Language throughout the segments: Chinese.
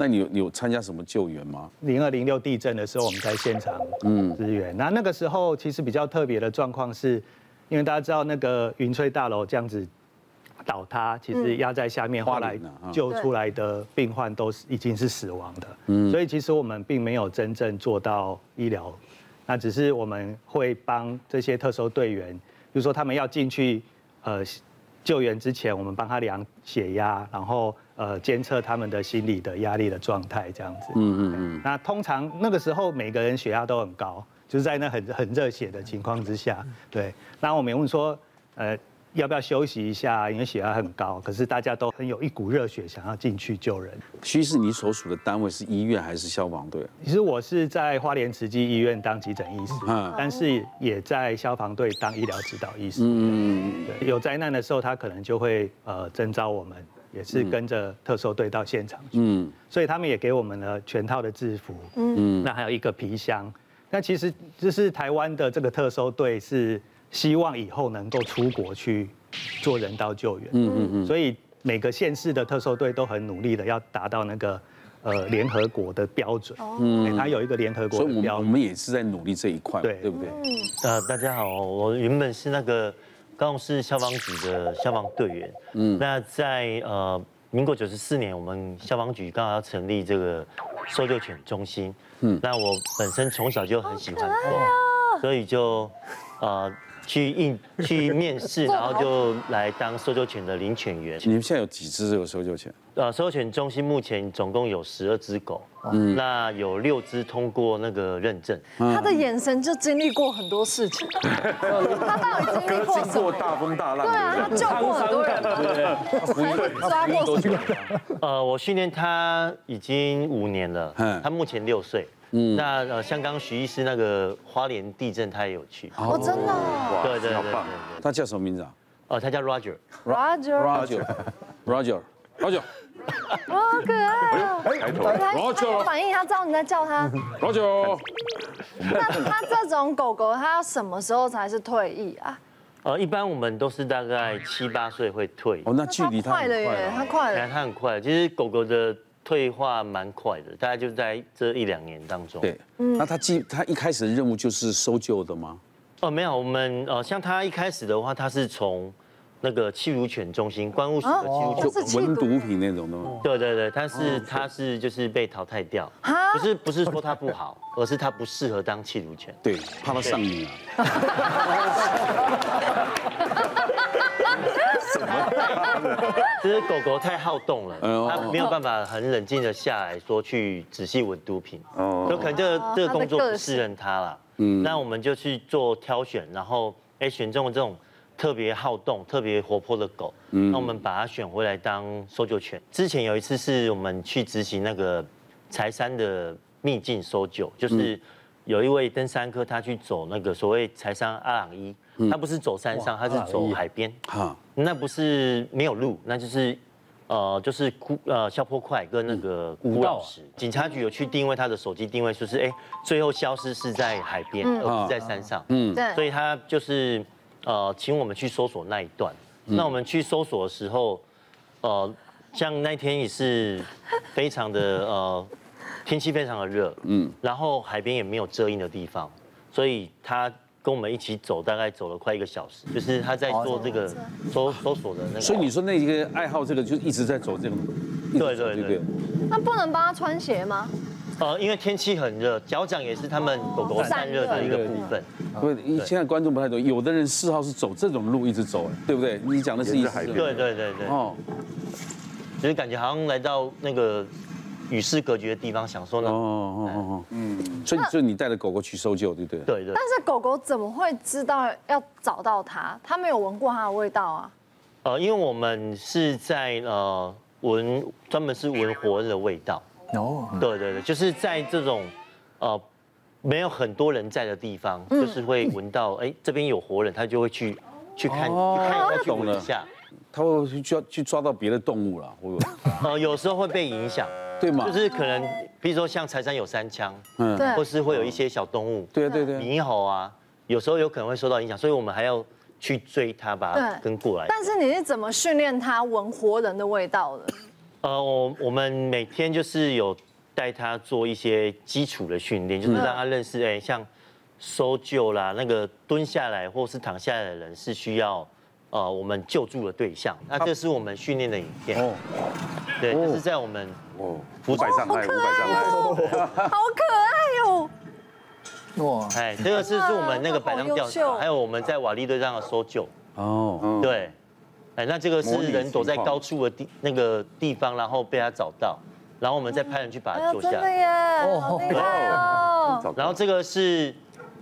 那你有你有参加什么救援吗？零二零六地震的时候，我们在现场嗯支援。那那个时候其实比较特别的状况是，因为大家知道那个云翠大楼这样子倒塌，其实压在下面，花后来莲啊啊救出来的病患都是已经是死亡嗯的，所以其实我们并没有真正做到医疗，那只是我们会帮这些特搜队员，比如说他们要进去呃救援之前，我们帮他量血压，然后呃监测他们的心理的压力的状态这样子。嗯嗯嗯。那通常那个时候每个人血压都很高，就是在那很很热血的情况之下，嗯对。那我们也问说，呃。要不要休息一下？因为血压很高，可是大家都很有一股热血，想要进去救人。须是你所属的单位是医院还是消防队啊？其实我是在花莲慈济医院当急诊医师，嗯但是也在消防队当医疗指导医师。嗯，对有灾难的时候，他可能就会呃征召我们，也是跟着特搜队到现场去。嗯，所以他们也给我们了全套的制服，嗯，那还有一个皮箱。那其实就是台湾的这个特搜队是希望以后能够出国去做人道救援，嗯嗯嗯，所以每个县市的特搜队都很努力的要达到那个呃联合国的标准，嗯，它有一个联合国所以的我们标我准，们也是在努力这一块嘛，对对不对？呃，大家好，我原本是那个高雄市消防局的消防队员。嗯，那在呃民国九十四年，我们消防局刚好要成立这个搜救犬中心。嗯，那我本身从小就很喜欢动，所以就呃去应去面 试，然后就来当搜救犬的领犬员。你们现在有几只这个搜救犬？呃，搜犬中心目前总共有十二只狗，嗯，那有六只通过那个认证。嗯他的眼神就经历过很多事情，他到底经历过什么？啊大风大浪对啊，他救过很多人吧，还是抓过什么？呃，我训练他已经五年了嗯，他目前六岁。嗯，那呃，像刚徐医师那个花莲地震，他也有去。哦，真的哦对对对对对。他叫什么名字啊呃，他叫 Roger， ，Roger， ？Roger，Roger，Roger，好可爱哦！哎抬头他他有反应，他知道你在叫他。 Roger，那他这种狗狗，它要什么时候才是退役啊？呃，一般我们都是大概七八岁会退，哦，那距离他快很了快耶，啊它快但了。它很快。其实狗狗的退化蛮快的，大概就在这一两年当中。对，嗯那他记他一开始的任务就是搜救的吗？哦，没有，我们呃，像他一开始的话，他是从那个弃乳犬中心，关务署的弃乳犬哦是缉毒闻毒品那种的吗？对对对，但哦是他是就是被淘汰掉，啊不是不是说他不 好，而是他不适合当弃乳犬。对，怕他上瘾啊。就是狗狗太好动了，哎呦它没有办法很冷静的下来说去仔细闻毒品，啊哦有可能这个哦这个工它作的不个适性任它啦。那我们就去做挑选，然后哎选中了这种特别好动、特别活泼的狗，那我们把它选回来当搜救犬。之前有一次是我们去执行那个柴山的秘境搜救，就是有一位登山客他去走那个所谓柴山阿朗伊，他不是走山上，他是走海边。哈，那不是没有路，那就是呃，就是枯呃消坡块跟那个孤岛道啊石。警察局有去定位他的手机定位，就是哎、最后消失是在海边，而不是啊在山上。嗯，所对，以他就是呃，请我们去搜索那一段。嗯那我们去搜索的时候，呃，像那天也是非常的呃，天气非常的热，嗯，然后海边也没有遮阴的地方，所以他跟我们一起走，大概走了快一个小时，就是他在做这个搜搜索的那个。哦所以你说那一个爱好这个就一直在走这种，一直走对对这个对那不能帮它穿鞋吗？嗯呃，因为天气很热，脚掌也是他们狗狗散热的一个部分。不，现在观众不太懂，有的人嗜好是走这种路一直走，对不对？你讲的是一沿着海边对对对对，哦，就是感觉好像来到那个与世隔绝的地方，想说哦呢，哦哦哦，嗯，所以所以你带着狗狗去搜救，对不对？对对但。是狗狗怎么会知道要找到它？它没有闻过它的味道啊。呃，因为我们是在呃闻，专门是闻活人的味道。哦，对对对，就是在这种呃没有很多人在的地方，就是会闻到，哎，这边有活人，他就会去去看，哦去看一下，去懂了闻一下。它会去抓去抓到别的动物了，会不会？呃，有时候会被影响，对吗？就是可能，比如说像柴山有三枪，嗯，对或是会有一些小动物，对啊对对啊，猕猴啊，有时候有可能会受到影响，所以我们还要去追它，把它对跟过来。但是你是怎么训练它闻活人的味道的？呃，我我们每天就是有带他做一些基础的训练，就是让他认识，哎、像搜救啦，那个蹲下来或是躺下来的人是需要。呃，我们救助的对象，那这是我们训练的影片，哦对，哦这是在我们哦，五百障碍，五百障碍，哦好可爱哦！哇，哎，这个是是我们那个百丈调哇好优查，秀还有我们在瓦砾堆上的搜救，哦，嗯，对，哎，那这个是模拟情人躲在况高处的地那个地方，然后被他找到，然后我们再派人去把 哎他呦，救真下哦的来。耶，好厉害哦！找到然后这个是，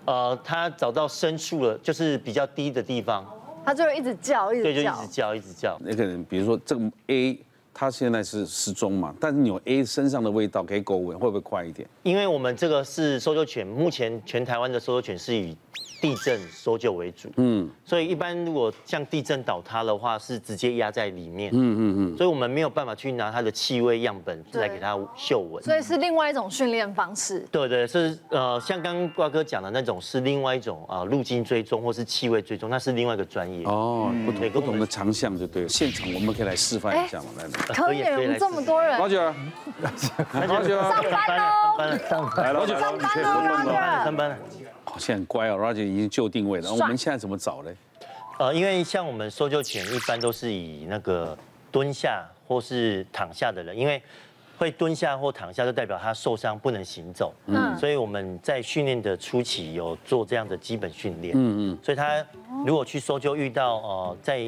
呃，他找到深处了，就是比较低的地方，他就一直叫，一对，就直一叫直。叫，一直叫。那个人，比如说这个 A，他现在是失踪嘛，但是你有 A 身上的味道给狗闻，会不会快一点？因为我们这个是搜救犬，目前全台湾的搜救犬是以地震搜救为主，嗯，所以一般如果像地震倒塌的话，是直接压在里面，嗯嗯嗯，所以我们没有办法去拿它的气味样本对来给它嗅闻。所以是另外一种训练方式。对对，是呃，像刚刚瓜哥讲的那种是另外一种啊、路径追踪或是气味追踪，那是另外一个专业。 哦，不对同不跟我同们的长项就对了。现场我们可以来示范一下嘛，来，呃可啊以，我们这么多人老九儿，老九儿，上班上喽，班了，上来班了，老板，上你班先不哦喽，动了，拉上着。班了。哦现在很乖哦，老九已经就定位了。我们现在怎么找嘞？呃，因为像我们搜救犬一般都是以那个蹲下或是躺下的人，因为会蹲下或躺下就代表他受伤不能行走，嗯嗯，所以我们在训练的初期有做这样的基本训练，嗯嗯，所以他如果去搜救遇到呃在，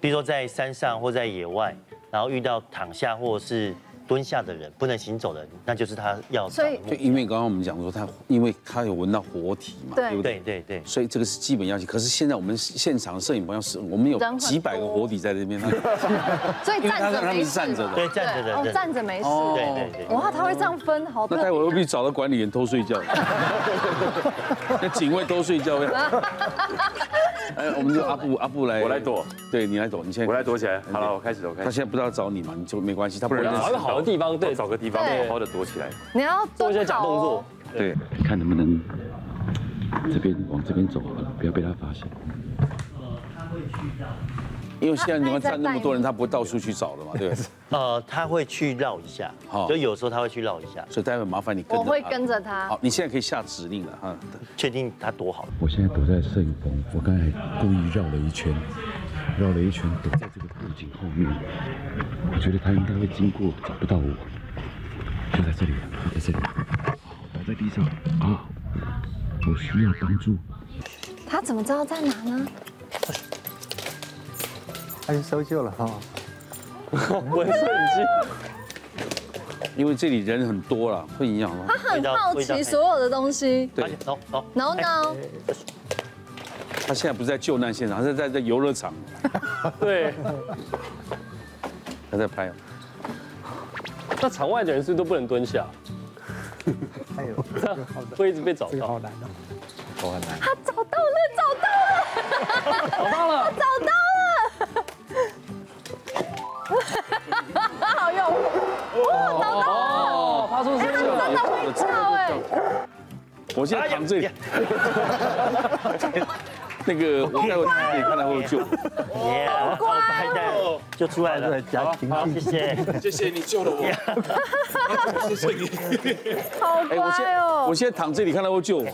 比如说在山上或在野外，然后遇到躺下或是蹲下的人不能行走的人，那就是他要所以掌握就因为刚刚我们讲说他，因为他有闻到活体嘛，对对不对对？对对。所以这个是基本要求。可是现在我们现场摄影朋友是，我们有人很多几百个活体在这边，所以站着没事嘛，对站着的哦对站着没事。哦对对对，哇，他会这样分，好那特待别。会会不会找到管理员偷睡 觉？那警卫偷睡觉呀？哎，我们就阿布阿布来，我来躲，对你来躲，你现在我来。躲起来。好了，我开始，我开他始。现在不知道找你嘛，你就没关系，他不会认不识然找一个好的地方，对，找个地方对好好的躲起来。你要做一些蹲假好动哦作。。对，看能不能这边往这边走好了，不要被他发现。因为现在你们站那么多人，他不会到处去找了嘛，对不对。呃，他会去绕一下好，就有时候他会去绕一下，所以待会麻烦你跟着我他。会跟着他好，你现在可以下指令了哈。确定他躲好了。我现在躲在摄影棚，我刚才故意绕了一圈，绕了一圈躲在这个布景后面。我觉得他应该会经过，找不到我。就在这里了，就在这里了，倒在地上啊！我需要帮助。他怎么知道在哪呢？他去搜救了哈、哦，闻摄影机。因为这里人很多了，会影响到。他很好味道哎奇味道所有的东西。对而且，走走，然后呢？他现在不是在救难现场，他是在在游乐场，对，他在拍。那场外的人是不是都不能蹲下？哎呦，这样会一直被找这个到好。难哦。他找到了，找到了，找到了，找到了，好用，哇，找到了，哦，发出声音了。找到味道哎，我现在躺这哎里， 那个我待会哦打给你看他会不会救我。耶，拍到就出来了，家庭哦好，谢谢。谢谢你救了我，好哎，我现乖在我哦，现在躺这里，看他会救我。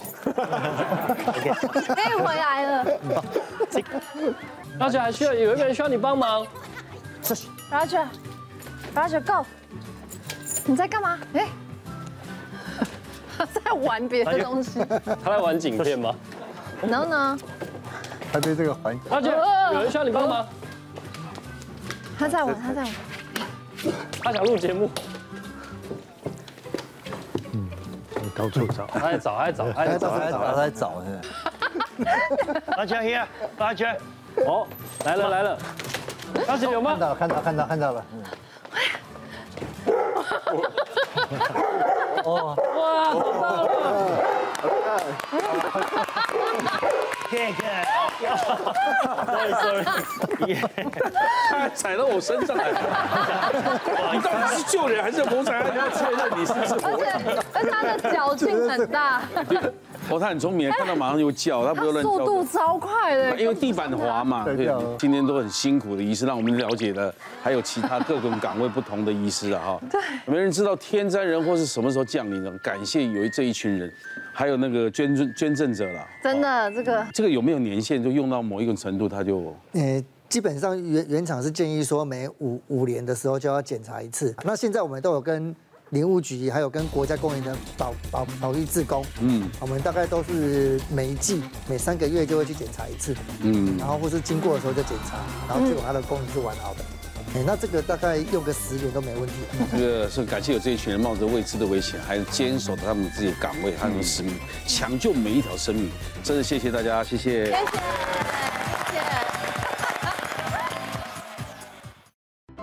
哎，回来了而且还需要有一个人需要你帮忙， ，Roger，Roger go，你在干嘛？哎， 他在玩别的东西，他在玩景片吗？然后呢，他对这个环而且哦有人需要你帮忙，他在玩，他在玩，他想录节目，到嗯处找，他哎在找，他在找，他在他找。到处找，他在找呢。八圈 here，八圈，哦，来了来了，哦而且有看吗？到了，看到了，看到了，看到了。嗯谢 谢。 他踩到我身上来了， 你到底是救人还是谋财害命？确认你是不是活而且而且他的脚劲很大，哦，他很聪明，看到马上就叫，他不他会乱速叫度的。哎超快的，因为地板滑嘛，对对掉了，今天都很辛苦的仪式，让我们了解了还有其他各种岗位不同的仪式啊哈。 对，没人知道天灾人祸是什么时候降临的，感谢有这一群人，还有那个捐赠捐赠者啦。真的这个这个有没有年限？就用到某一个程度，它就呃，基本上原原厂是建议说每五五年的时候就要检查一次。那现在我们都有跟林务局，还有跟国家公园的保保保育志工，嗯嗯，我们大概都是每一季每三个月就会去检查一次，嗯嗯，然后或是经过的时候就检查，然后结果它的功能是完好的。哎，那这个大概用个十年都没问题。这个是感谢有这一群人冒着未知的危险，还坚守着他们自己的岗位，他们的使命，抢救每一条生命。真的谢谢大家，谢谢。谢谢谢谢。